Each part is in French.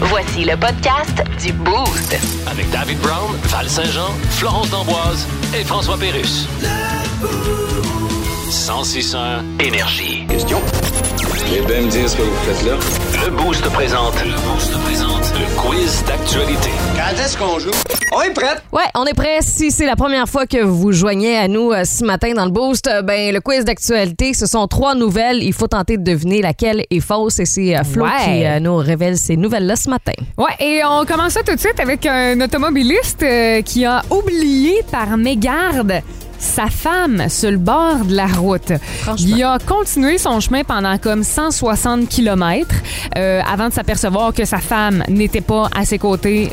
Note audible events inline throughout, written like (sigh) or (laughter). Voici le podcast du Boost. Avec David Brown, Val Saint-Jean, Florence D'Amboise et François Pérus. 1061 Énergie. Question. Et bien me dire ce que vous faites là. Le Boost présente. Le Boost présente. Le quiz d'actualité. Quand est-ce qu'on joue? On est prêt? Ouais, on est prêt. Si c'est la première fois que vous joignez à nous euh, ce matin dans le Boost, euh, ben le quiz d'actualité, ce sont trois nouvelles. Il faut tenter de deviner laquelle est fausse et c'est euh, Flo Ouais. qui euh, nous révèle ces nouvelles-là ce matin. Ouais, et on commence ça tout de suite avec un automobiliste euh, qui a oublié par mégarde sa femme sur le bord de la route. Il a continué son chemin pendant comme 160 km euh, avant de s'apercevoir que sa femme n'était pas à ses côtés.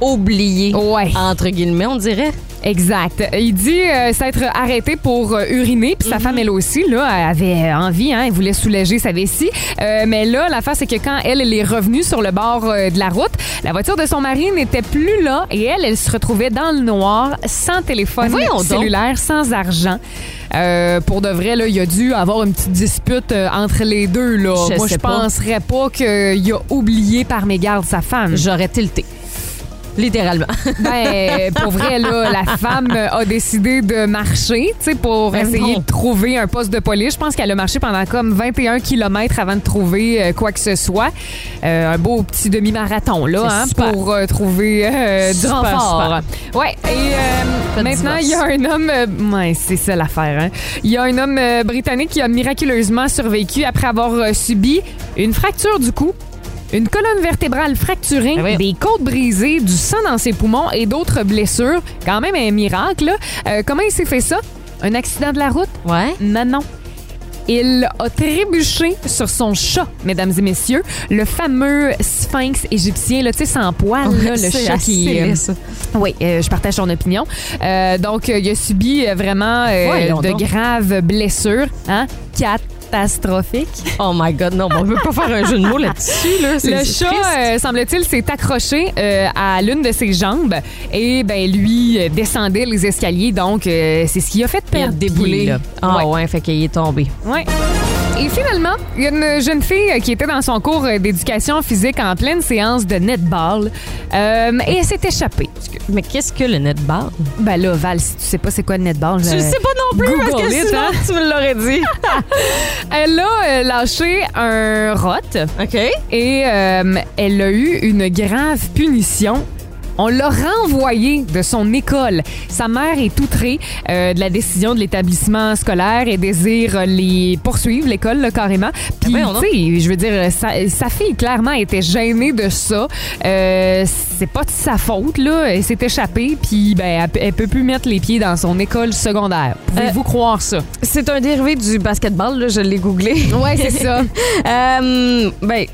Oublié. Ouais. Entre guillemets, on dirait. Exact. Il dit euh, s'être arrêté pour euh, uriner, puis Mhm. sa femme, elle aussi, là, avait envie, hein, elle voulait soulager sa vessie. Euh, mais là, l'affaire, c'est que quand elle, elle est revenue sur le bord euh, de la route, la voiture de son mari n'était plus là et elle, elle se retrouvait dans le noir, sans téléphone Ben voyons donc. cellulaire, sans argent. Euh, pour de vrai, là, il a dû avoir une petite dispute euh, entre les deux. Là. Je Moi, sais je pas. penserais pas qu'il a oublié par mégarde sa femme. J'aurais tilté. Littéralement. Ben, pour vrai, là, la femme a décidé de marcher, tu sais, pour Ben essayer non. de trouver un poste de police. Je pense qu'elle a marché pendant comme 21 km avant de trouver euh, quoi que ce soit. Euh, un beau petit demi-marathon, là, C'est hein, super. pour euh, trouver euh, du Super, renfort. Ouais, et Pas euh, de maintenant, il y a un homme... euh, ouais, c'est ça l'affaire, hein. Il y a un homme euh, britannique qui a miraculeusement survécu après avoir euh, subi une fracture du cou, une colonne vertébrale fracturée, Ah oui. des côtes brisées, du sang dans ses poumons et d'autres blessures. Quand même un miracle. là. Euh, comment il s'est fait ça? Un accident de la route? (laughs) (laughs) Ouais. Non, non. Il a trébuché sur son chat, mesdames et messieurs, le fameux sphinx égyptien, là, tu sais, sans poil, là, le C'est chat assez qui... laid, euh, ça. oui, euh, je partage son opinion. Euh, donc, euh, il a subi euh, vraiment euh, Voyons de donc. graves blessures, hein? catastrophiques. Oh my God, non, mais on peut pas faire un jeu de mots là-dessus. Là. (laughs) C'est- Le c'est chat, triste. euh, semble-t-il, s'est accroché euh, à l'une de ses jambes et ben lui euh, descendait les escaliers. Donc, euh, c'est ce qui a fait Il a perdre pied, déboulé. là. Ah Ouais. ouais, fait qu'il est tombé. Ouais. Et finalement, il y a une jeune fille euh, qui était dans son cours euh, d'éducation physique en pleine séance de netball euh, et elle s'est échappée. Mais qu'est-ce que le netball? Ben là, Val, si tu sais pas c'est quoi le netball, Je euh, sais pas non plus parce Google que it, sinon, hein. tu me l'aurais dit. elle a euh, lâché un rot (laughs) OK. et euh, elle a eu une grave punition. On l'a renvoyée de son école. Sa mère est outrée euh, de la décision de l'établissement scolaire et désire euh, les poursuivre, l'école, là, carrément. Puis, ben, on a- tu sais, je veux dire, euh, sa, sa fille, clairement, était gênée de ça. Euh, c'est pas de sa faute, là. Elle s'est échappée, puis ben, elle, elle peut plus mettre les pieds dans son école secondaire. Pouvez-vous croire ça? Euh, C'est un dérivé du basketball, là, je l'ai googlé. (laughs) Ouais, c'est ça. (laughs) Euh, ben,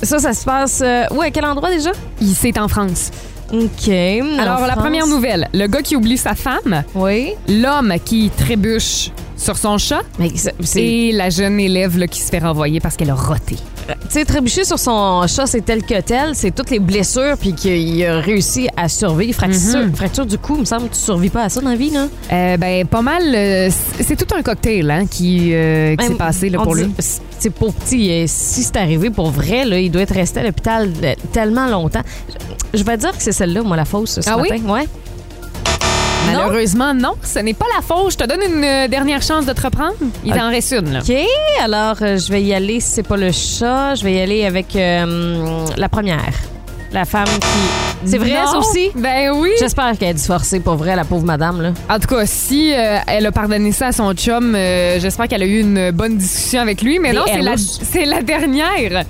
ça, ça se passe. euh, où, à quel endroit déjà? Il- C'est en France. OK. Alors, en la France. première nouvelle, le gars qui oublie sa femme, Oui. l'homme qui trébuche sur son chat Mais ça- c'est. et la jeune élève là, qui se fait renvoyer parce qu'elle a roté. Tu sais, trébucher sur son chat, c'est tel que tel. C'est toutes les blessures, puis qu'il a réussi à survivre. Fracture, Mm-hmm. fracture du cou, il me semble que tu survis pas à ça dans la vie, là. Euh, ben, pas mal. euh, c- c'est tout un cocktail hein, qui, euh, qui s'est Ben, passé là, on pour dit- lui. c'est- C'est pour petit. euh, Si c'est arrivé pour vrai, là, il doit être resté à l'hôpital euh, tellement longtemps. Je- Je vais dire que c'est celle-là, moi, la fausse. Ce Ah oui? matin. Ouais. Malheureusement, non, ce n'est pas la faute. Je te donne une euh, dernière chance de te reprendre. Il t'en reste une. là. OK, alors euh, je vais y aller, si c'est pas le chat, je vais y aller avec euh, la première. La femme qui. C'est vrai, Non? ça aussi? Ben oui. J'espère qu'elle a dû se forcer, pour vrai, la pauvre madame, là. En tout cas, si euh, elle a pardonné ça à son chum, euh, j'espère qu'elle a eu une bonne discussion avec lui. Mais Des non, c'est la, Hellos. c'est la dernière.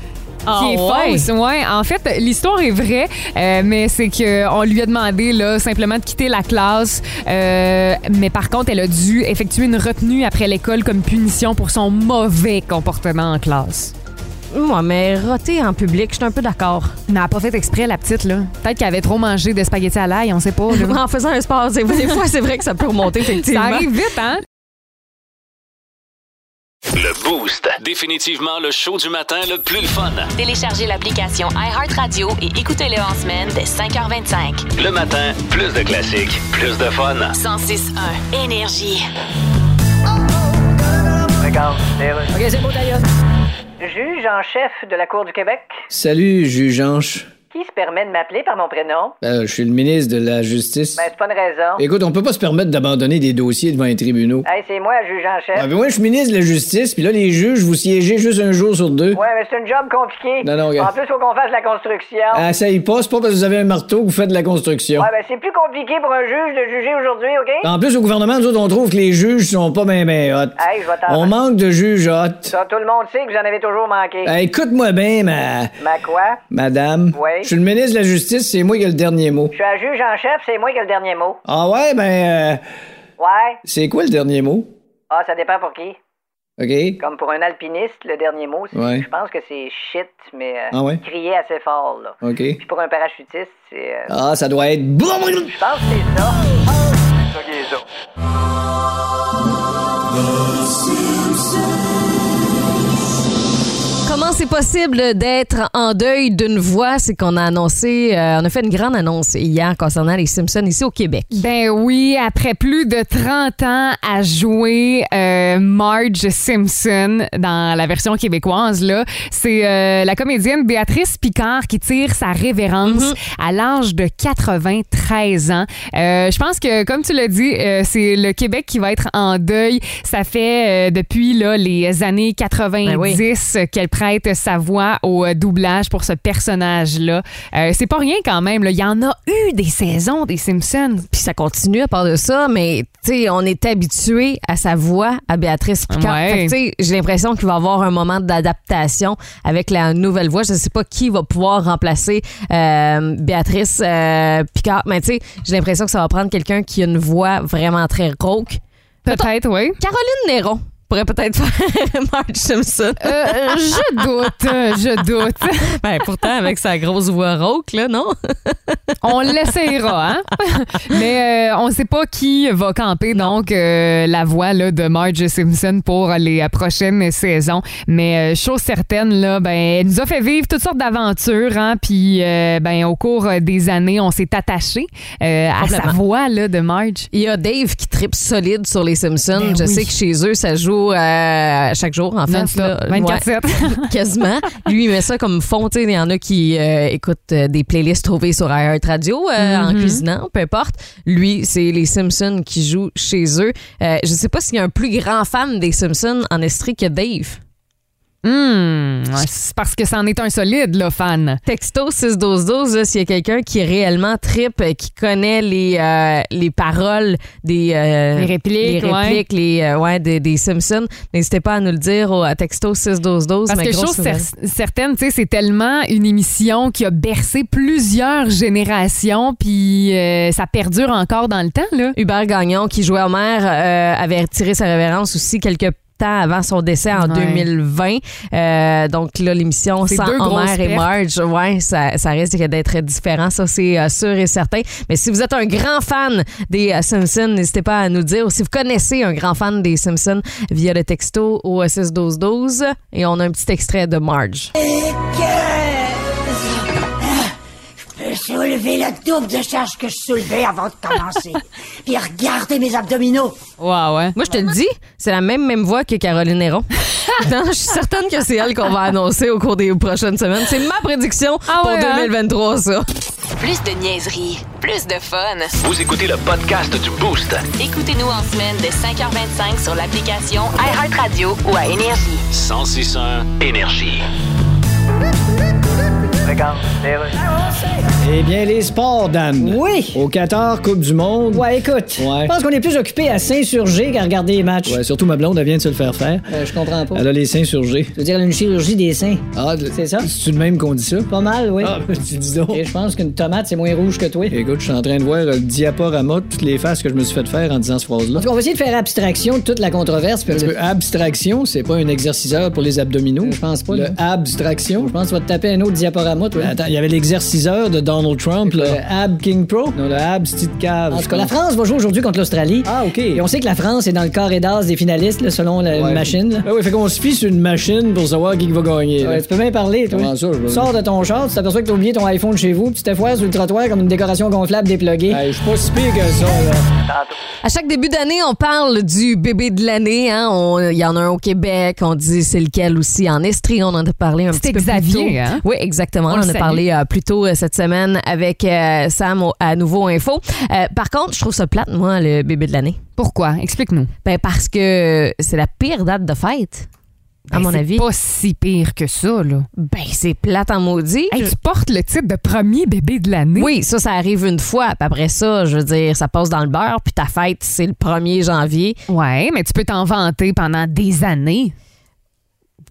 Ah qui est ouais? fausse, ouais. En fait, l'histoire est vraie, euh, mais c'est que on lui a demandé là simplement de quitter la classe, euh, mais par contre, elle a dû effectuer une retenue après l'école comme punition pour son mauvais comportement en classe. Moi, mais rotée en public, je suis un peu d'accord. Mais elle a pas fait exprès la petite là. Peut-être qu'elle avait trop mangé de spaghettis à l'ail, on sait pas. là. (laughs) En faisant un sport, c'est- des fois, c'est vrai que ça peut remonter, Ça effectivement. arrive vite, hein? Le Boost. Définitivement le show du matin le plus le fun. Téléchargez l'application iHeartRadio et écoutez-le en semaine dès 5h25. Le matin, plus de classiques, plus de fun. 106.1 Énergie. Regarde, Ok, c'est beau d'ailleurs. Juge en chef de la Cour du Québec. Salut, juge Anche. Qui se permet de m'appeler par mon prénom? Ben, je suis le ministre de la Justice. Ben, c'est pas une raison. Écoute, on peut pas se permettre d'abandonner des dossiers devant les tribunaux. Hey, c'est moi, juge en chef. Ah, ben, moi, je suis ministre de la Justice, puis là, les juges, vous siégez juste un jour sur deux. Ouais, mais c'est une job compliquée. Non, non, regarde. En plus, faut qu'on fasse la construction. Ah, ça y passe pas parce que vous avez un marteau que vous faites de la construction. Ouais, ben, c'est plus compliqué pour un juge de juger aujourd'hui, OK? En plus, au gouvernement, nous autres, on trouve que les juges sont pas ben, ben hot. Hey, je vais t'en- on manque de juges hot. Ça, tout le monde sait que vous en avez toujours manqué. Ah, Écoute-moi bien, ma... Ma quoi? madame. Oui. Je suis le ministre de la Justice, c'est moi qui ai le dernier mot. Je suis un juge en chef, c'est moi qui ai le dernier mot. Ah ouais, ben, euh, Ouais? c'est quoi le dernier mot? Ah, ça dépend pour qui. OK? Comme pour un alpiniste, le dernier mot, c'est- Ouais. je pense que c'est shit, mais euh, Ah ouais? crier assez fort, là. OK. Puis pour un parachutiste, c'est... euh, Ah, ça doit être... Je pense que c'est ça. Comment c'est possible d'être en deuil d'une voix? C'est qu'on a annoncé, euh, on a fait une grande annonce hier concernant les Simpsons ici au Québec. Ben oui, après plus de 30 ans à jouer euh, Marge Simpson dans la version québécoise, là, c'est euh, la comédienne Béatrice Picard qui tire sa Mm-hmm. révérence à l'âge de 93 ans. Euh, je pense que, comme tu l'as dit, euh, c'est le Québec qui va être en deuil. Ça fait euh, depuis là, les années 90 Ben oui. qu'elle prête sa voix au euh, doublage pour ce personnage-là. Euh, c'est pas rien quand même. là. Il y en a eu des saisons des Simpsons. Puis ça continue à part de ça, mais tu sais, on est habitué à sa voix, à Béatrice Picard. Ouais. Fait que, tu sais, j'ai l'impression qu'il va y avoir un moment d'adaptation avec la nouvelle voix. Je sais pas qui va pouvoir remplacer euh, Béatrice euh, Picard, mais tu sais, j'ai l'impression que ça va prendre quelqu'un qui a une voix vraiment très rauque. Peut-être, oui. Caroline Néron pourrait peut-être (laughs) faire Marge Simpson. Euh, je doute, euh, je doute. Ben, pourtant, avec sa grosse voix rauque, là, non? On l'essayera, hein? Mais euh, on ne sait pas qui va camper donc euh, la voix là, de Marge Simpson pour les euh, prochaines saisons. Mais euh, chose certaine, là, ben, elle nous a fait vivre toutes sortes d'aventures. Hein? Puis euh, ben, au cours des années, on s'est attaché euh, à sa Complètement. voix là, de Marge. Il y a Dave qui tripe solide sur les Simpsons. Ben Je oui. sais que chez eux, ça joue euh, chaque jour, en fait. Non-stop, là. 24-7. (laughs) (laughs) Ouais, quasiment. Lui, il met ça comme fond. Tu sais, Il y en a qui euh, écoutent euh, des playlists trouvées sur iHeartRadio Radio en Mm-hmm. cuisinant, peu importe. Lui, c'est les Simpsons qui jouent chez eux. Euh, je sais pas s'il y a un plus grand fan des Simpsons en Estrie que Dave. Hmm, ouais, c'est parce que c'en est un solide, là, fan. Texto 61212, là, s'il y a quelqu'un qui réellement tripe, euh, qui connaît les, euh, les paroles des euh, Les répliques, les répliques, les, euh, ouais, des, des Simpsons, n'hésitez pas à nous le dire au à texto 61212. Parce ma que grosse chose cer- nouvelle. certaine, tu sais, c'est tellement une émission qui a bercé plusieurs générations, puis euh, ça perdure encore dans le temps, là. Hubert Gagnon, qui jouait Homer, euh, avait retiré sa révérence aussi quelques temps avant son décès en Ouais. 2020. Euh, donc là, l'émission C'est sans deux grosses Homer et Marge, ouais, ça, ça risque d'être différent, ça c'est euh, sûr et certain. Mais si vous êtes un grand fan des euh, Simpsons, n'hésitez pas à nous dire. Si vous connaissez un grand fan des Simpsons via le texto au euh, 61212 et on a un petit extrait de Marge. Soulever la double de charge que je soulevais avant de (laughs) commencer. Puis regardez mes abdominaux. Waouh, ouais. Moi, je te le dis, c'est la même même voix que (laughs) Caroline Héron. Non, je suis certaine que c'est elle qu'on va annoncer au cours des prochaines semaines. C'est ma prédiction Ah pour ouais, hein? 2023, ça. Plus de niaiserie, plus de fun. Vous écoutez le podcast du Boost. Écoutez-nous en semaine de 5h25 sur l'application iHeartRadio ou à Énergie. 1061 Énergie. Eh bien, les sports, dame. Oui. Au Qatar, Coupe du Monde. Ouais, écoute. Ouais. Je pense qu'on est plus occupé à s'insurger qu'à regarder les matchs. Ouais, surtout ma blonde, elle vient de se le faire faire. Euh, je comprends pas. Elle a les seins surgés. Je veux dire, une chirurgie des seins. Ah, C'est ça? C'est-tu le même qu'on dit ça? Pas mal, oui. Ah, ben, tu dis donc. Et je pense qu'une tomate, c'est moins rouge que toi. En Écoute, je suis en train de voir le diaporama de toutes les faces que je me suis fait faire en disant cette phrase-là. tout cas, on va essayer de faire abstraction de toute la controverse. puis- Parce que abstraction, c'est pas un exerciceur pour les abdominaux. Je pense pas, Le non. abstraction. Je pense que tu vas te taper un autre diaporama, toi. Attends, il y avait l'exerciceur de Don Donald Trump, quoi, là. le Ab King Pro? Non, le Hab, c'est de cave. En tout cas, la France va jouer aujourd'hui contre l'Australie. Ah, OK. Et on sait que la France est dans le carré d'as des finalistes, là, selon la Ouais. machine. là. Ben oui, fait qu'on se fie sur une machine pour savoir qui va gagner. là. Ouais, tu peux bien parler, toi. Comment ça, je veux- Sors de ton char, tu t'aperçois que t'as oublié ton iPhone chez vous, puis tu te foires sur le trottoir comme une décoration gonflable dépluguée. Hey, je suis pas si pire que ça, là. À chaque début d'année, on parle du bébé de l'année. hein. On- Il y en a un au Québec. On dit c'est lequel aussi en Estrie. On en a parlé un C'est petit peu plus tôt. Xavier, hein? Oui, exactement. On On, le en a salue. parlé euh, plus tôt euh, cette semaine avec euh, Sam au- à Nouveau Info. Euh, par contre, je trouve ça plate, moi, le bébé de l'année. Pourquoi? Explique-nous. Ben, parce que c'est la pire date de fête, à Ben, mon c'est avis. pas si pire que ça, là. Ben, c'est plate en maudit. Hey, tu portes le titre de premier bébé de l'année. Oui, ça, ça arrive une fois. Puis après ça, je veux dire, ça passe dans le beurre. Puis ta fête, c'est le 1er janvier. Ouais, mais tu peux t'en vanter pendant des années.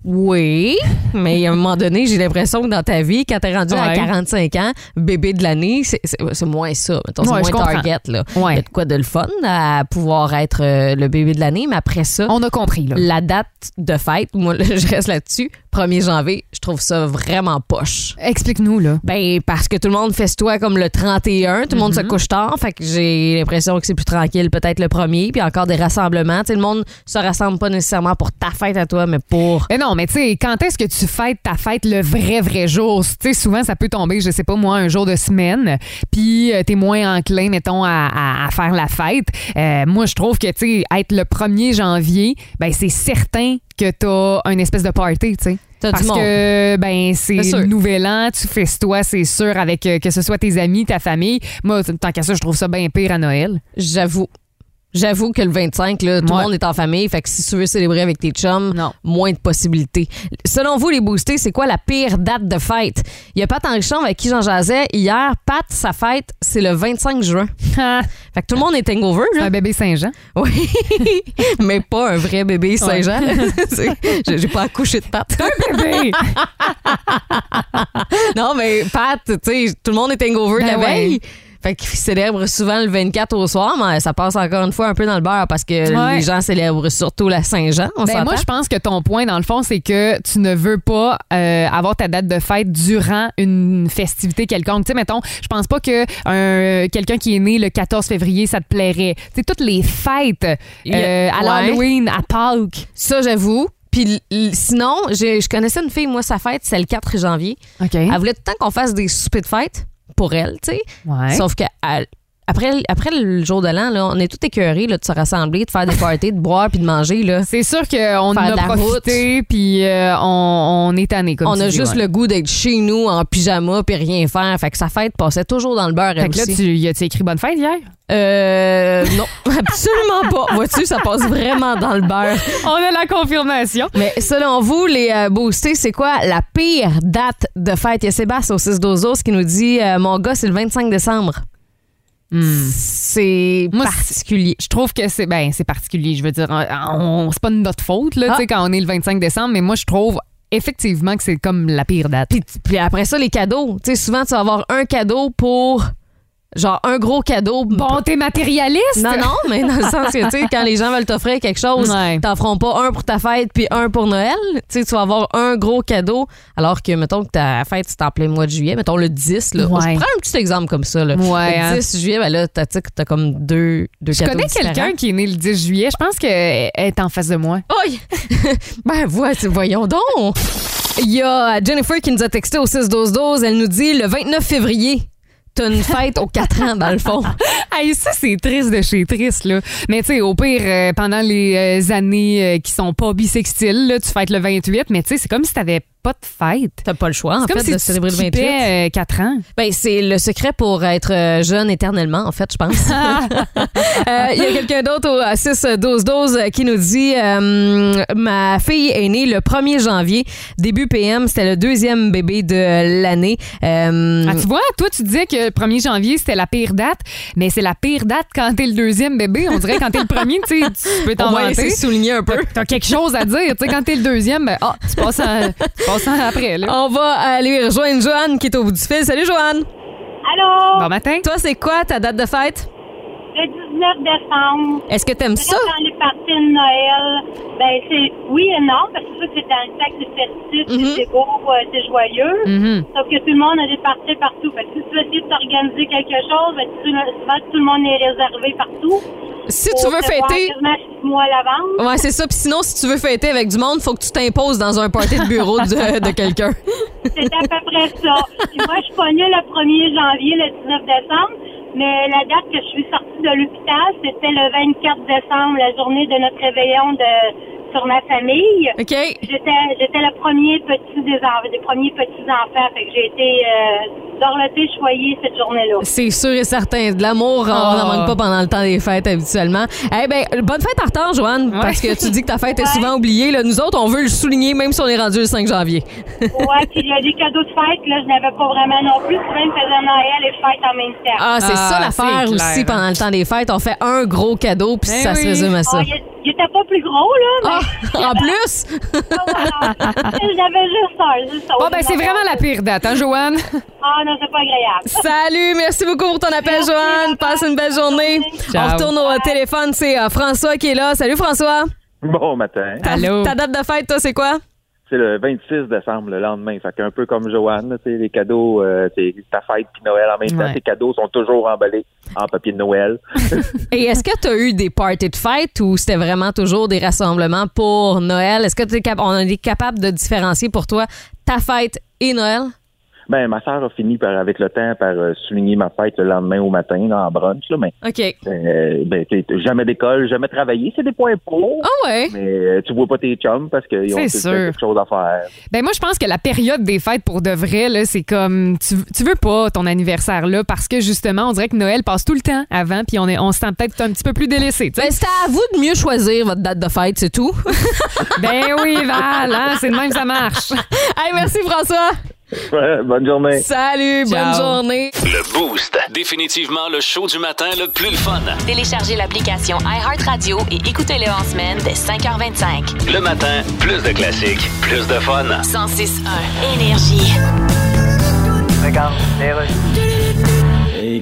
Oui, (laughs) mais à un moment donné, j'ai l'impression que dans ta vie, quand t'es rendu à Ouais. 45 ans, bébé de l'année, c'est- c'est c'est moins ça. mettons, C'est Ouais, je moins comprends. target. Là. Ouais. Il y a de quoi de le fun à pouvoir être euh, le bébé de l'année, mais après ça, On a compris, là. la date de fête, moi, (laughs) là, je reste là-dessus, 1er janvier, je trouve ça vraiment poche. Explique-nous, là. Ben, parce que tout le monde festoie comme le 31, tout le monde se Mhm. couche tard, fait que j'ai l'impression que c'est plus tranquille peut-être le premier, puis encore des rassemblements. Tu sais, le monde se rassemble pas nécessairement pour ta fête à toi, mais pour euh, Mais non, mais tu sais, quand est-ce que tu fêtes ta fête le vrai, vrai jour? Tu sais, souvent, ça peut tomber, je sais pas moi, un jour de semaine, puis euh, t'es moins enclin, mettons, à, à- à faire la fête. Euh, moi, je trouve que, tu sais, être le 1er janvier, ben c'est certain que t'as un espèce de party, tu sais. T'as du Parce monde. que, ben, c'est C'est sûr. le nouvel an, tu festoies, c'est sûr, avec euh, que ce soit tes amis, ta famille. Moi, tant qu'à ça, je trouve ça bien pire à Noël. (laughs) J'avoue. J'avoue que le 25, là, tout Ouais. le monde est en famille. Fait que si tu veux célébrer avec tes chums, Non. moins de possibilités. Selon vous, les boostés, c'est quoi la pire date de fête? Il y a Pat Enrichon avec qui j'en jasais hier. Pat, sa fête, c'est le 25 juin. Ah, Fait que tout le monde est hangover. c'est Là. un bébé Saint-Jean. Oui, (laughs) mais pas un vrai bébé Saint-Jean. (laughs) là. C'est- J'ai j'ai pas accouché de Pat. Ben, Bébé! (laughs) Non, mais Pat, tu sais, tout le monde est hangover Ben la ouais. veille. Fait qu'ils célèbrent souvent le 24 au soir, mais ça passe encore une fois un peu dans le beurre parce que Ouais. les gens célèbrent surtout la Saint-Jean. On Ben, s'entend? moi, je pense que ton point, dans le fond, c'est que tu ne veux pas euh, avoir ta date de fête durant une festivité quelconque. Tu sais, mettons, je pense pas que un- quelqu'un qui est né le 14 février, ça te plairait. Tu sais, toutes les fêtes, euh, Il y a- à ouais. l'Halloween, à Pâques. Ça, j'avoue. Puis l- sinon, je, je connaissais une fille, moi, sa fête, c'est le 4 janvier. OK. Elle voulait tout le temps qu'on fasse des soupers de fête pour elle, tu sais. Ouais. Sauf que elle- après, après le jour de l'an, là, on est tout écœurés là, de se rassembler, de faire des parties, de boire puis de manger. Là. C'est sûr qu'on en Faire de a la profité, puis euh, on, on est tanné, comme On tu a dis, juste ouais. le goût d'être chez nous en pyjama puis rien faire. Fait que sa fête passait toujours dans le beurre. elle Fait que là, aussi. tu y as-tu écrit bonne fête hier? Euh, non, (laughs) absolument pas. Vois-tu, ça passe vraiment dans le beurre. On a la confirmation. Mais selon vous, les euh, boostés, c'est quoi la pire date de fête? Il y a Sébastien au 6 12 qui nous dit euh, Mon gars, c'est le 25 décembre. C'est Hmm. Moi, particulier. je trouve que c'est ben c'est particulier. Je veux dire, on- on- c'est pas de notre faute là, Ah. tu sais, quand on est le 25 décembre, mais moi je trouve effectivement que c'est comme la pire date. Puis, puis après ça, les cadeaux. Tu sais, souvent, tu vas avoir un cadeau pour. Genre, un gros cadeau. Bon, t'es matérialiste. Non, non, mais dans le sens que, tu sais, quand les gens veulent t'offrir quelque chose, Ouais. t'en feront pas un pour ta fête puis un pour Noël. Tu sais, tu vas avoir un gros cadeau, alors que, mettons, que ta fête, c'est en plein mois de juillet, mettons le 10, là. Ouais. Je prends un petit exemple comme ça, là. Ouais, hein. Le 10 juillet, ben là, t'as, tu sais que t'as comme deux, deux Je cadeaux connais différents. quelqu'un qui est né le 10 juillet. Je pense qu'elle est en face de moi. Aïe! (laughs) ben, voi- voyons donc! Il y a Jennifer qui nous a texté au 6-12-12. Elle nous dit le 29 février, t'as une fête aux 4 ans, dans le fond. Hey, ça, c'est triste de chez triste, là. Mais tu sais, au pire, euh, pendant les euh, années euh, qui sont pas bisextiles, là, tu fêtes le 28, mais tu sais, c'est comme si t'avais pas de fête. (laughs) T'as pas le choix, en C'est comme fait, si de tu célébrer le 28. skippais, euh, 4 ans. Ben, c'est le secret pour être euh, jeune éternellement, en fait, je pense. (laughs) Euh, Il y a quelqu'un d'autre au 6-12-12 qui nous dit euh, Ma fille est née le 1er janvier. Début PM, c'était le deuxième bébé de l'année. Euh, Ah, tu vois, toi, tu disais que le 1er janvier, c'était la pire date, mais c'est la pire date quand t'es le deuxième bébé. On dirait quand t'es le premier, tu sais, tu peux on t'en va essayer vanter. de souligner un peu. T'as- T'as quelque chose à dire. Tu sais, quand t'es le deuxième, ben, ah, tu passes en, tu passes en après, là. On va aller rejoindre Joanne qui est au bout du fil. Salut Joanne! Bon matin. Toi, c'est quoi ta date de fête? le 19 décembre. Est-ce que t'aimes ça? Dans les parties de Noël, ben c'est oui et non, parce que c'est sûr que c'est dans le texte festif, Mhm. c'est beau, euh, c'est joyeux. Mhm. Mm-hmm. Sauf que tout le monde a des parties partout. Fait que si tu veux essayer de t'organiser quelque chose, ben, tu- souvent tout le monde est réservé partout. Si tu Faut veux prévoir fêter. quasiment six mois à l'avance. Ouais, c'est ça. Puis sinon, si tu veux fêter avec du monde, faut que tu t'imposes dans un party de (laughs) bureau de, de quelqu'un. C'est à peu près ça. Puis moi, je pognais le 1er janvier, le 19 décembre, mais la date que je suis sortie de l'hôpital, c'était le 24 décembre, la journée de notre réveillon de, sur ma famille. OK? J'étais, j'étais le premier petit des, en- des premiers petits-enfants, fait que j'ai été euh, dorlotée, choyée cette (laughs) journée-là. C'est sûr et certain. De l'amour, on Ah. n'en manque pas pendant le temps des fêtes habituellement. Eh ben, bonne fête en retard, Joanne, parce que tu dis que ta fête est souvent oubliée. Là, nous autres, on veut le souligner même si on est rendu le 5 janvier. Ouais, puis il y a des cadeaux de fête, là, je n'avais pas vraiment non plus. Souvent, ils me faisaient Noël et fête en même temps. Ah, c'est Ah, ça l'affaire c'est clair. aussi pendant le temps des fêtes. On fait un gros cadeau, puis Ben ça se oui. résume à ça. Ah, il il était pas plus gros, là, mais Ah, en plus, (laughs) j'avais juste ça, juste ça. Bon, ben, c'est vraiment la pire date, hein, Joanne? (laughs) Ah non, c'est pas agréable. salut, merci beaucoup pour ton appel, Joanne. Passe une belle journée. Ciao. On retourne au euh, téléphone, c'est euh, François qui est là. Salut François. Bon matin. Ta- Allô? Ta date de fête, toi, c'est quoi? C'est le 26 décembre, le lendemain. Fait qu'un peu comme Joanne, là, tu sais, les cadeaux, euh, c'est ta fête puis Noël en même Ouais. temps. Tes cadeaux sont toujours emballés en papier de Noël. Et est-ce que tu as eu des parties de fête ou c'était vraiment toujours des rassemblements pour Noël? Est-ce que tu es cap- on est capable de différencier pour toi ta fête et Noël? Ben, ma sœur a fini par, avec le temps, par euh, souligner ma fête le lendemain au matin, là, en brunch, là, mais, OK. euh, ben, tu sais, t'as jamais d'école, jamais travaillé. C'est des points pour. Ah ouais? Mais euh, tu vois pas tes chums parce qu'ils ont C'est tout le temps sûr. quelque chose à faire. Ben moi, je pense que la période des fêtes pour de vrai, là, c'est comme tu, tu veux pas ton anniversaire là parce que justement, on dirait que Noël passe tout le temps avant, puis on est on se sent peut-être un petit peu plus délaissé. tu sais. Ben, c'est à vous de mieux choisir votre date de fête, c'est tout. ben oui, Val, hein, c'est de même ça marche. (laughs) hey, merci François. Bonne journée. Salut, bonne Ciao. journée. Le Boost. Définitivement le show du matin le plus le fun. Téléchargez l'application iHeartRadio et écoutez-le en semaine dès 5h25. Le matin, plus de classiques, plus de fun. 106.1 Énergie. Regarde, les rues. Et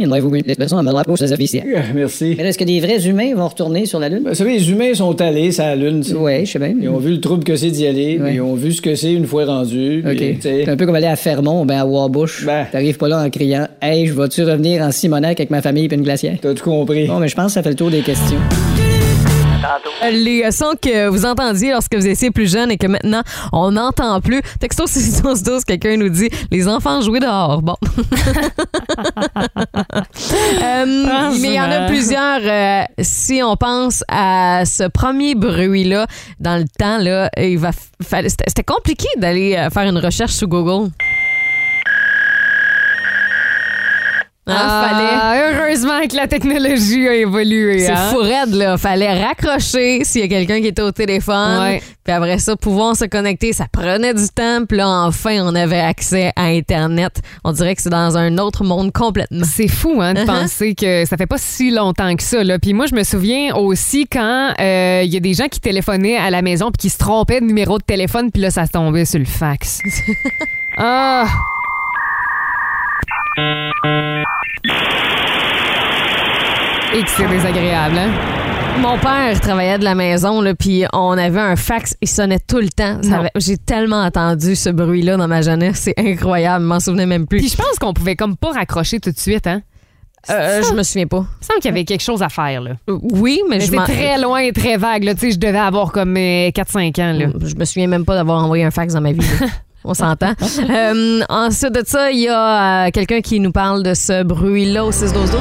Il vous l'expression à ma droite pour ses officiels. Euh, Merci. Mais là, est-ce que des vrais humains vont retourner sur la Lune? Ben, Vous savez, les humains sont allés sur la Lune. tu sais. Ouais, je sais bien. Ils ont vu le trouble que c'est d'y aller, Ouais. puis ils ont vu ce que c'est une fois rendu. puis, OK. tu sais, C'est un peu comme aller à Fermont, ben à Warbush. Ben. T'arrives pas là en criant Hey, je vas-tu revenir en Simonac avec ma famille et une glacière? T'as tout compris. Bon, mais je pense que ça fait le tour des questions. Les euh, sons que vous entendiez lorsque vous étiez plus jeune et que maintenant on n'entend plus. Texto 612, quelqu'un nous dit les enfants jouaient dehors. Bon. (laughs) Euh, mais il y en a plusieurs. euh, si on pense à ce premier bruit-là, dans le temps, là, il va fallait- c'était c'était compliqué d'aller euh, faire une recherche sur Google. Hein, fallait. Ah, Heureusement que la technologie a évolué. C'est hein. fou raide, là. Fallait raccrocher s'il y a quelqu'un qui était au téléphone. Ouais. Puis après ça, pouvoir se connecter, ça prenait du temps. Puis là, enfin, on avait accès à Internet. On dirait que c'est dans un autre monde complètement. C'est fou hein, de Uh-huh. penser que ça fait pas si longtemps que ça. Là. Puis moi, je me souviens aussi quand euh, il y a des gens qui téléphonaient à la maison puis qui se trompaient de numéro de téléphone, puis là, ça tombait sur le (laughs) fax. ah! Et que c'est désagréable, hein? Mon père travaillait de la maison, là, puis on avait un fax. Il sonnait tout le temps. Ça Non. avait- J'ai tellement entendu ce bruit-là dans ma jeunesse. C'est incroyable. Je m'en souvenais même Puis plus. je pense qu'on pouvait comme pas raccrocher tout de suite, hein? Euh, je me souviens pas. Il me semble qu'il y avait quelque chose à faire, là. Euh, Oui, mais, Mais je c'est m'en... très loin et très vague, là. Tu sais, je devais avoir comme euh, 4-5 ans, là. Je me souviens même pas d'avoir envoyé un fax dans ma vie. là. On s'entend. Euh, ensuite de ça, il y a euh, quelqu'un qui nous parle de ce bruit-là au 6 12 12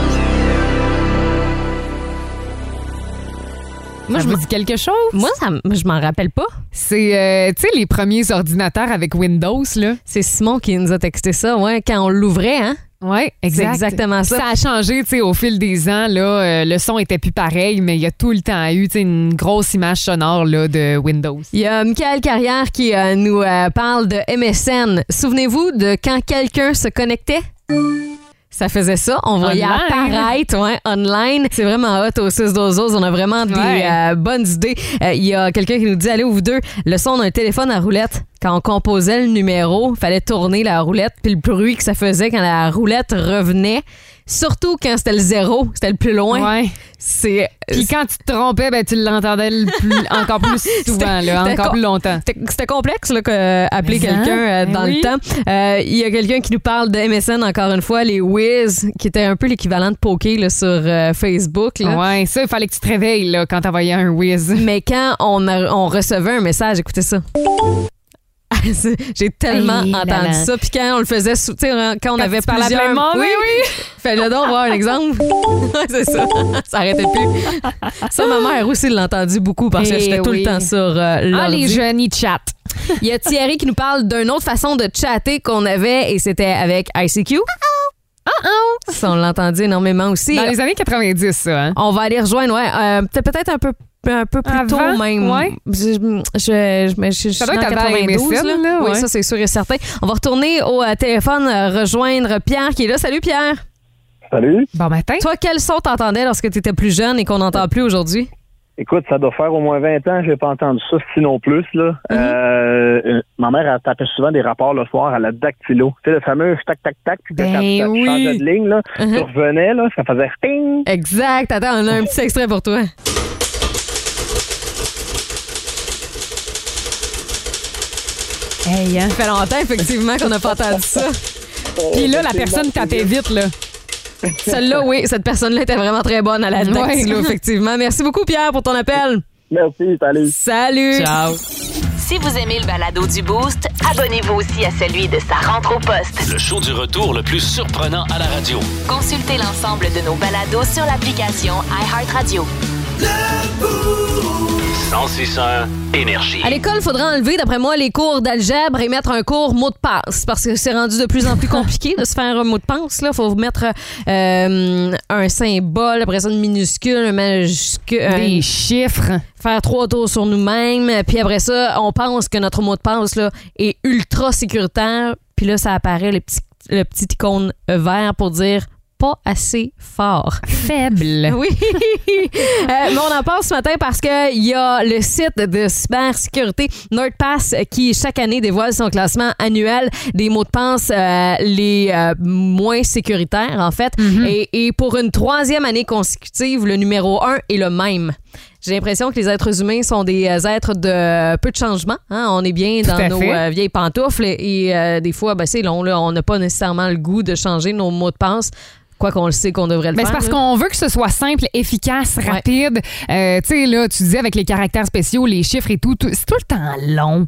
Moi, je me dis quelque chose. Moi, ça, m- je m'en rappelle pas. C'est, euh, tu sais, les premiers ordinateurs avec Windows, là. C'est Simon qui nous a texté ça, ouais, quand on l'ouvrait, hein? Oui, exact. C'est exactement ça. Ça a changé, tu sais, au fil des ans. Là, euh, le son était plus pareil, mais il y a tout le temps eu, tu sais, une grosse image sonore là, de Windows. Il y a Michael Carrière qui euh, nous euh, parle de MSN. Souvenez-vous de quand quelqu'un se connectait? Ça faisait ça. On voyait Online. apparaître ouais, online. C'est vraiment hot au 6 12 12. On a vraiment des Ouais. euh, bonnes idées. Euh, Il y a quelqu'un qui nous dit Allez, vous deux, le son d'un téléphone à roulette. Quand on composait le numéro, fallait tourner la roulette, puis le bruit que ça faisait quand la roulette revenait. Surtout quand c'était le zéro, c'était le plus loin. Ouais. C'est euh, Puis quand tu te trompais, ben, tu l'entendais le plus- encore plus souvent, là, (laughs) C'était encore co- plus longtemps. C'était c'était complexe là, que, euh, appeler Mais quelqu'un hein, euh, ben dans oui. le temps. Euh, Il y a quelqu'un qui nous parle de MSN encore une fois, les Wiz, qui était un peu l'équivalent de Poké là, sur euh, Facebook. là. Ouais, ça, il fallait que tu te réveilles là, quand t'envoyais un whiz. Mais quand on, a- on recevait un message, écoutez ça. (laughs) Ah, c'est- J'ai tellement Hey, là, entendu là. ça. Puis quand on le faisait, sous, tu sais, hein, quand on avait tu parlais à plusieurs... plein de monde, oui, oui, oui. Fais-le donc voir un exemple. (laughs) Ouais, c'est ça. Ça arrêtait plus. Ça, ma mère aussi l'a entendu beaucoup parce que Eh j'étais tout oui. le temps sur euh, Ah, l'ordi. les jeunes, ils chattent. Il y a Thierry qui nous parle d'une autre façon de chatter qu'on avait et c'était avec ICQ. Ça, on l'entendait énormément aussi. Dans les années 90, ça. hein? On va aller rejoindre, ouais, euh, peut- peut-être un peu un peu plus Avant, tôt même. ouais. Je, je, je, mais je- je Ça suis doit dans être avant 92, MSN, là. là, ouais. Oui, ça c'est sûr et certain. On va retourner au euh, téléphone euh, rejoindre Pierre qui est là. Salut Pierre. Salut. Bon matin. Toi, quel son t'entendais lorsque tu étais plus jeune et qu'on n'entend plus aujourd'hui? Écoute, ça doit faire au moins 20 ans, j'ai pas entendu ça, sinon plus. Là. Mhm. Euh, euh, ma mère, elle tapait souvent des rapports le soir à la dactylo. Tu sais, le fameux tac-tac-tac, puis Ben quand tu oui. changeais de ligne, là, Mhm. tu revenais, là, ça faisait ting. Exact. Attends, on a un petit extrait pour toi. Hey, hein? Ça fait longtemps, effectivement, qu'on n'a pas entendu ça. Oh, Puis là, la personne tapait vite, là. Celle-là, oui, cette personne-là était vraiment très bonne à la dactylo, Ouais. effectivement. Merci beaucoup, Pierre, pour ton appel. Merci, salut. Salut! Ciao. Si vous aimez le balado du Boost, abonnez-vous aussi à celui de sa rentre au poste. Le show du retour le plus surprenant à la radio. Consultez l'ensemble de nos balados sur l'application iHeartRadio. 1061 Énergie. À l'école, faudra enlever, d'après moi, les cours d'algèbre et mettre un cours mot de passe parce que c'est rendu de plus en plus compliqué de se faire un mot de passe. Il faut mettre euh, un symbole, après ça, une minuscule, un majuscule, un- Des chiffres. faire trois tours sur nous-mêmes. Puis après ça, on pense que notre mot de passe là, est ultra sécuritaire. Puis là, ça apparaît le petit, le petit icône vert pour dire pas assez fort. Faibles. (laughs) Oui. Euh, mais on en parle ce matin parce qu'il y a le site de cybersécurité NordPass qui, chaque année, dévoile son classement annuel des mots de passe euh, les euh, moins sécuritaires, en fait. Mhm. et, et pour une troisième année consécutive, le numéro un est le même. J'ai l'impression que les êtres humains sont des euh, êtres de peu de changement. hein. On est bien Tout à dans nos fait. euh, vieilles pantoufles et euh, des fois, ben, c'est long. là. On n'a pas nécessairement le goût de changer nos mots de passe, quoi qu'on le sait qu'on devrait le Mais faire. Ben, c'est parce là. qu'on veut que ce soit simple, efficace, Ouais. rapide. Euh, tu sais, là, tu disais avec les caractères spéciaux, les chiffres et tout, tout- c'est tout le temps long.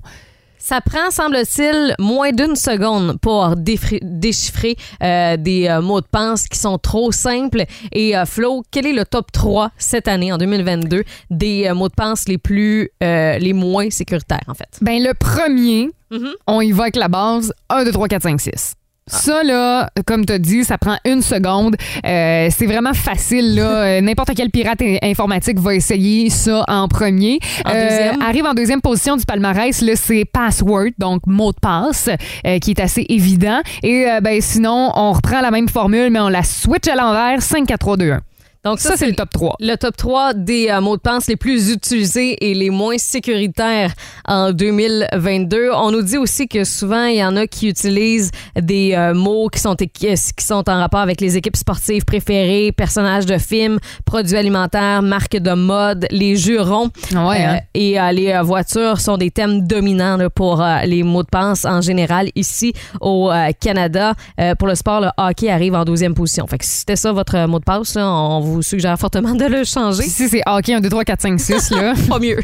Ça prend, semble-t-il, moins d'une seconde pour défri- déchiffrer euh, des euh, mots de pense qui sont trop simples. Et euh, Flo, quel est le top 3 cette année, en 2022, des euh, mots de pense les plus, euh, les moins sécuritaires, en fait? Ben, le premier, Mm-hmm. on y va avec la base 1, 2, 3, 4, 5, 6. Ah. Ça, là, comme tu as dit, ça prend une seconde. Euh, c'est vraiment facile, (laughs) là. Euh, N'importe quel pirate i- informatique va essayer ça en premier. Euh, En deuxième. Arrive en deuxième position du palmarès, là, c'est password, donc mot de passe, euh, qui est assez évident. Et euh, ben, sinon, on reprend la même formule, mais on la switch à l'envers, 5, 4, 3, 2, 1. Donc Ça, c'est le top 3. le top 3 des euh, mots de pense les plus utilisés et les moins sécuritaires en 2022. On nous dit aussi que souvent, il y en a qui utilisent des euh, mots qui sont, équi- qui sont en rapport avec les équipes sportives préférées, personnages de films, produits alimentaires, marques de mode, les jurons. Ouais, Euh, hein. et euh, les euh, voitures sont des thèmes dominants là, pour euh, les mots de pense en général ici au euh, Canada. Euh, pour le sport, le hockey arrive en 12e position. Fait que si c'était ça votre euh, mot de passe, là, on vous suggère fortement de (laughs) le changer. Ici, c'est hockey 1, 2, 3, 4, 5, 6, là. Pas mieux.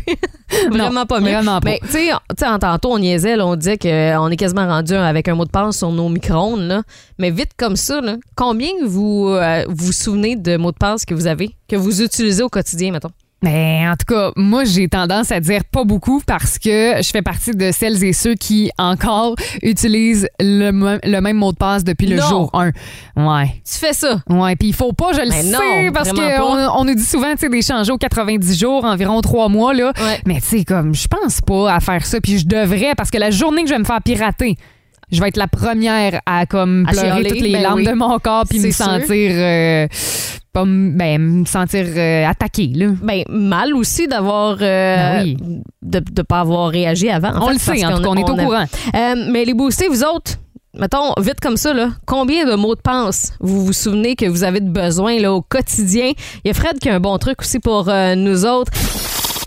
vraiment Non, pas mieux. Vraiment pas. Mais tu sais, tu sais, en tantôt, on niaisait, là, on disait qu'on est quasiment rendu avec un mot de passe sur nos micro-ondes. là. Mais vite comme ça, là, combien vous euh, vous souvenez de mots de passe que vous avez, que vous utilisez au quotidien, mettons? Mais Ben, en tout cas, moi, j'ai tendance à dire pas beaucoup parce que je fais partie de celles et ceux qui encore utilisent le, mo- le même mot de passe depuis le Non. jour 1. Ouais. Tu fais ça. Ouais, puis il faut pas, je le Ben sais, non, parce vraiment qu'on pas. on nous dit souvent, tu sais, d'échanger aux 90 jours, environ 3 mois, là. Mais tu sais, comme, je pense pas à faire ça, puis je devrais, parce que la journée que je vais me faire pirater, je vais être la première à, comme, À pleurer chialer, toutes les ben larmes oui. de mon corps, puis C'est me sûr. sentir, euh, pas, m- ben, me sentir euh, attaquée, là. Ben, mal aussi d'avoir. euh, Ben oui. de ne pas avoir réagi avant. en On fait, le sait, parce en tout qu'on- cas, on est au a- courant. Euh, mais les boostés, vous autres, mettons, vite comme ça, là, combien de mots de passe vous vous souvenez que vous avez de besoin là, au quotidien? Il y a Fred qui a un bon truc aussi pour euh, nous autres.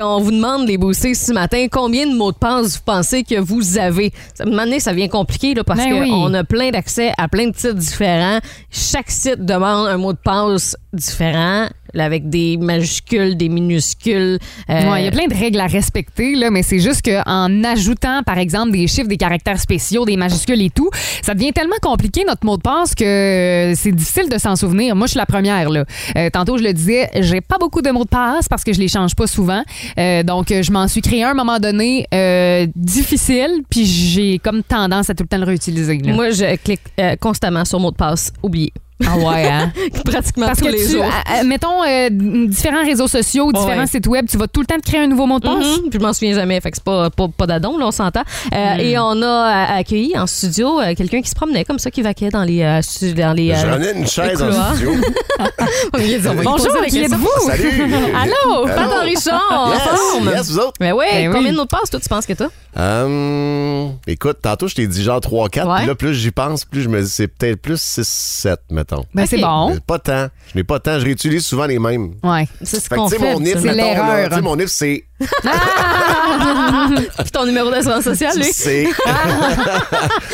On vous demande, les boostés, ce matin, combien de mots de passe vous pensez que vous avez? Ça, à un moment donné, ça devient compliqué là, parce Ben oui. qu'on a plein d'accès à plein de sites différents. Chaque site demande un mot de passe différent, là, avec des majuscules, des minuscules. Ouais, euh, Il y a plein de règles à respecter, là, mais c'est juste qu'en ajoutant, par exemple, des chiffres, des caractères spéciaux, des majuscules et tout, ça devient tellement compliqué, notre mot de passe, que euh, c'est difficile de s'en souvenir. Moi, je suis la première. Là. Euh, tantôt, je le disais, j'ai pas beaucoup de mots de passe parce que je les change pas souvent. Euh, donc, euh, je m'en suis créé un à un moment donné euh, difficile, puis j'ai comme tendance à tout le temps le réutiliser. là. Moi, je clique euh, constamment sur mot de passe oublié. Ah ouais, (laughs) hein? Pratiquement Parce tous que les tu, jours. à- à- mettons, euh, différents réseaux sociaux, Ouais. différents sites web, tu vas tout le temps te créer un nouveau mot de passe. Mhm, puis je m'en souviens jamais, fait que c'est pas, pas, pas d'adon, là, on s'entend. Euh, Et on a euh, accueilli en studio euh, quelqu'un qui se promenait comme ça, qui vaquait dans les. euh, stu- dans les euh, J'en ai une chaise en (laughs) couloirs. studio. (laughs) On lui a dit, on va lui Bonjour, poser la qui question. êtes-vous? (laughs) Salut. Allô, Allô. Pat Richard, en Yes, forme. yes, vous autres. Mais oui, Ben oui. combien de mots de passe, toi, tu penses que t'as? Hum, écoute, tantôt, je t'ai dit genre 3-4. Ouais. Puis là, plus j'y pense, plus je me dis c'est peut-être plus 6-7, mettons. Ben, c'est Ok. bon. Mais Pas tant. Je n'ai pas tant. Je réutilise souvent les mêmes. Ouais. C'est ce Fait que, qu'on tu sais, fait. mon if, habituellement. mettons, là, tu sais, mon if, c'est. Ah! (laughs) (laughs) Puis ton numéro d'assurance sociale, lui. C'est.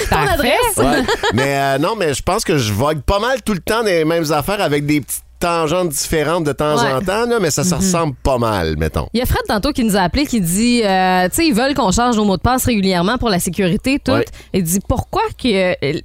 Ton adresse. Ouais. mais euh, non, mais je pense que je vogue pas mal tout le temps des mêmes affaires avec des petites tangentes différentes de temps Ouais. en temps, là, mais ça se ressemble pas mal, mettons. Il y a Fred tantôt qui nous a appelé qui dit euh, tu sais ils veulent qu'on change nos mots de passe régulièrement pour la sécurité tout. Ouais. Il dit pourquoi que euh, l-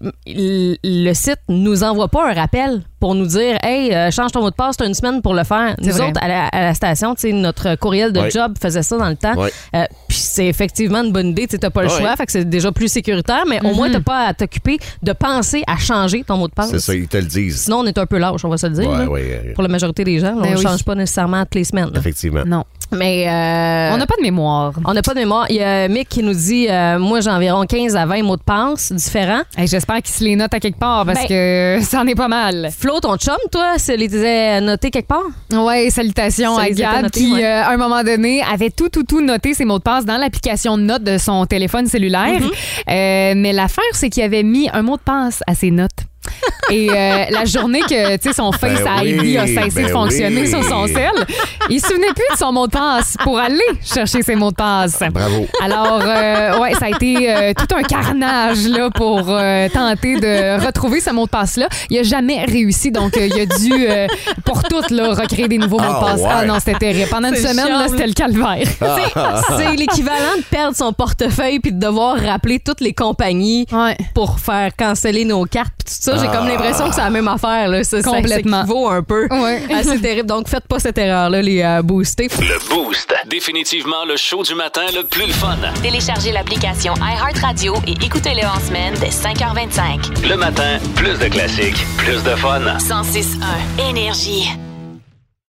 le site nous envoie pas un rappel pour nous dire hey euh, change ton mot de passe t'as une semaine pour le faire. C'est Nous vrai. autres à la, à la station tu sais notre courriel de Ouais. job faisait ça dans le temps. Ouais. Euh, Puis c'est effectivement une bonne idée tu sais, t'as pas le Ouais. choix fait que c'est déjà plus sécuritaire mais au moins t'as Mhm. pas à t'occuper de penser à changer ton mot de passe. C'est ça, ils te le disent. Sinon on est un peu lâche on va se le dire. Ouais, là. ouais, euh, Pour la majorité des gens là, Ben on oui. change pas nécessairement toutes les semaines. là. Effectivement. Non. Mais On n'a pas de mémoire. on n'a pas de mémoire. Il y a Mick qui nous dit euh, Moi, j'ai environ 15 à 20 mots de passe différents. Hey, J'espère qu'il se les note à quelque part parce que ça en est pas mal. Flo, ton chum, toi, se les faisait noter quelque part Ouais, salutations Ça à les était Gab notés, qui, ouais. euh, à un moment donné, avait tout, tout, tout noté ses mots de passe dans l'application de notes de son téléphone cellulaire. Euh, mais l'affaire, c'est qu'il avait mis un mot de passe à ses notes. Et euh, la journée que tu sais, son Face Ben ID a oui, cessé de ben fonctionner oui. sur son cell, il se souvenait plus de son mot de passe pour aller chercher ses mots de passe. Bravo. Alors, euh, ouais, ça a été euh, tout un carnage là, pour euh, tenter de retrouver ce mot de passe-là. Il a jamais réussi, donc euh, il a dû, euh, pour toutes, là, recréer des nouveaux mots de Ah, passe. Ah ouais. non, c'était terrible. Pendant une C'est semaine, là, chiant, c'était là. le calvaire. (laughs) C'est l'équivalent de perdre son portefeuille puis de devoir rappeler toutes les compagnies pour faire canceller nos cartes puis tout ça. J'ai comme l'impression que c'est la même affaire. Là. Ça, ça- Complètement. Ça équivaut un peu. Ouais. Ah, c'est terrible. Donc, faites pas cette erreur-là, les euh, boostés. Le Boost. Définitivement le show du matin le plus le fun. Téléchargez l'application iHeartRadio et écoutez-le en semaine dès 5h25. Le matin, plus de classiques, plus de fun. 106.1 Énergie.